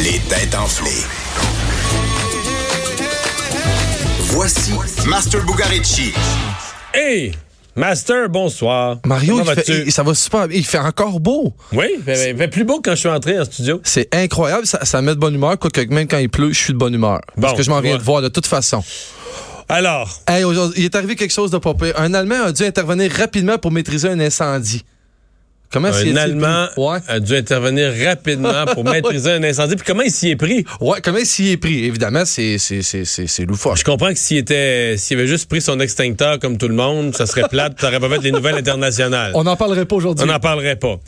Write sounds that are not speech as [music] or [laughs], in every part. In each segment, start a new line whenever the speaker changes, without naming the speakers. Les têtes enflées. Voici Master Bugaricci.
Hey! Master, bonsoir.
Mario,
Comment
il fait-
vas-tu?
il- ça va super. Il fait encore beau.
Oui, il fait, il fait plus beau que quand je suis entré en studio.
C'est incroyable. Ça, ça met de bonne humeur. Quoique, même quand il pleut, je suis de bonne humeur. parce
Bon,
que je m'en viens
ouais.
de voir de toute façon.
Alors,
Hey, aujourd'hui, il est arrivé quelque chose de pas pire. Un Allemand a dû intervenir rapidement pour maîtriser un incendie. Comment s'y
un
est-il
Allemand euh,
pris? Ouais.
a dû intervenir rapidement
[laughs]
pour maîtriser un incendie. Puis comment il s'y est pris?
Ouais, comment s'y est pris? Évidemment, c'est, c'est, c'est, c'est, c'est
Je
loufoque.
comprends que s'il était, s'il avait juste pris son extincteur comme tout le monde, ça serait plate, ça aurait pas fait les nouvelles internationales.
n'en parlerait pas aujourd'hui.
On n'en parlerait pas.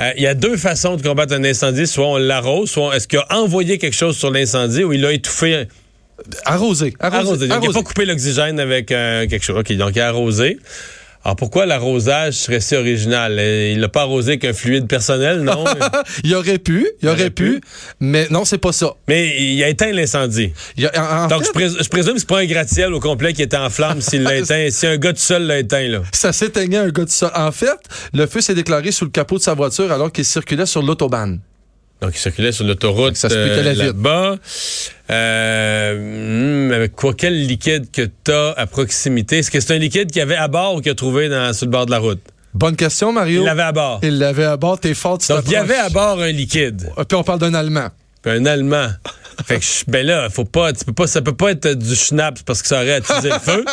Euh, Il y a deux façons de combattre un incendie. Soit on l'arrose, soit on- est-ce qu'il a envoyé quelque chose sur l'incendie ou il l'a étouffé
Arrosé.
Arrosé.
Arrosé.
Donc, il n'a
Arrosé.
pas coupé l'oxygène avec euh, quelque chose. OK, donc il a arrosé. Alors, pourquoi l'arrosage serait si original? Euh, Il l'a pas arrosé avec un fluide personnel,
[laughs]
non?
Il aurait pu, il aurait
aurait
pu, mais non, c'est pas ça.
Mais il a éteint l'incendie.
Il y a- en- en
Donc,
fait,
je, prés- je présume que c'est pas un gratte-ciel au complet qui était en flamme s'il l'a éteint. Si un gars tout seul l'a éteint, là.
ça s'éteignait un gars de ça. En fait, le feu s'est déclaré sous le capot de sa voiture alors qu'il circulait sur l'autobahn.
Donc, il circulait sur l'autoroute
Ça se peut qu'elle
euh,
a vite.
là-bas. Euh, hum, avec quoi? Quel liquide que t'as à proximité? Est-ce que c'est un liquide qu'il y avait à bord ou qu'il a trouvé dans, sur le bord de la route?
Bonne question, Mario.
Il l'avait à bord.
Il l'avait à bord, t'es fort, tu
Donc, il y
t'approches.
avait à bord un liquide.
Ah, Puis on parle d'un Allemand. [laughs]
Puis un Allemand. Fait que je- ben là, faut pas, tu peux pas, ça peut pas être du schnapps parce que ça aurait attisé le
[laughs]
feu.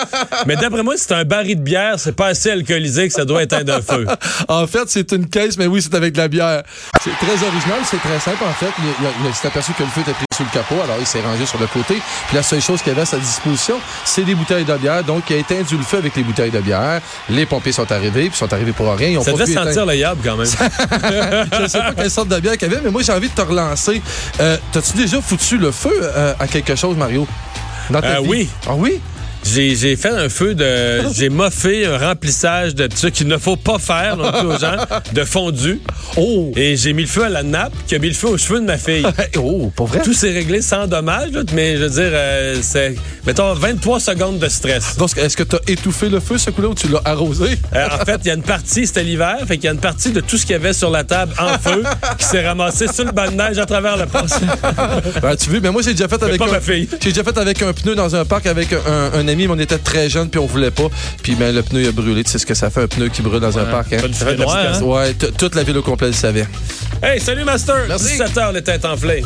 Mais d'après moi, si c'est un baril de bière, c'est pas assez alcoolisé que ça doit éteindre un
[laughs]
feu.
En fait, c'est une caisse, mais oui, c'est avec de la bière. C'est très original, c'est très simple, en fait. Il, il- il s'est aperçu que le feu était pris sous le capot, alors il s'est rangé sur le côté. Puis la seule chose qu'il avait à sa disposition, c'est des bouteilles de bière. Donc, il a éteint le feu avec les bouteilles de bière. Les pompiers sont arrivés, puis sont arrivés pour rien. Ils ont
Ça
pas
devait
pu éteindre.
sentir le yab quand même.
Je sais pas quelle sorte de bière qu'il y avait, mais moi, j'ai envie de te relancer. Euh, T'as-tu déjà foutu le feu euh, à quelque chose, Mario? Dans ta
Euh,
vie?
oui. [laughs]
Ah oui?
J'ai, j'ai fait un feu de, j'ai moffé un remplissage de ce qu'il ne faut pas faire, on dit aux gens, de fondu.
Oh!
Et j'ai mis le feu à la nappe qui a mis le feu aux cheveux de ma fille.
Oh, pour vrai?
Tout s'est réglé sans dommage, là, mais je veux dire, euh, c'est, mettons, 23 secondes de stress.
Donc, est-ce que t'as étouffé le feu ce coup-là ou tu l'as
[laughs]
arrosé?
Euh, en fait, il y a une partie, c'était l'hiver, fait qu'il y a une partie de tout ce qu'il y avait sur la table en feu qui s'est ramassé sur le banc de neige à travers le passé.
Ben, tu veux, mais moi, j'ai déjà fait avec.
pas
un-
ma fille.
J'ai déjà fait avec un pneu dans un parc avec un, un ami, mais on était très jeunes, puis on voulait pas. Puis, ben, le pneu, il a brûlé. Tu sais ce que ça fait, un pneu qui brûle dans un parc, hein?
Ça fait de la petite
Ouais, t- toute la ville au complet le savait.
Hey, salut Master!
Merci.
17h, les têtes enflées.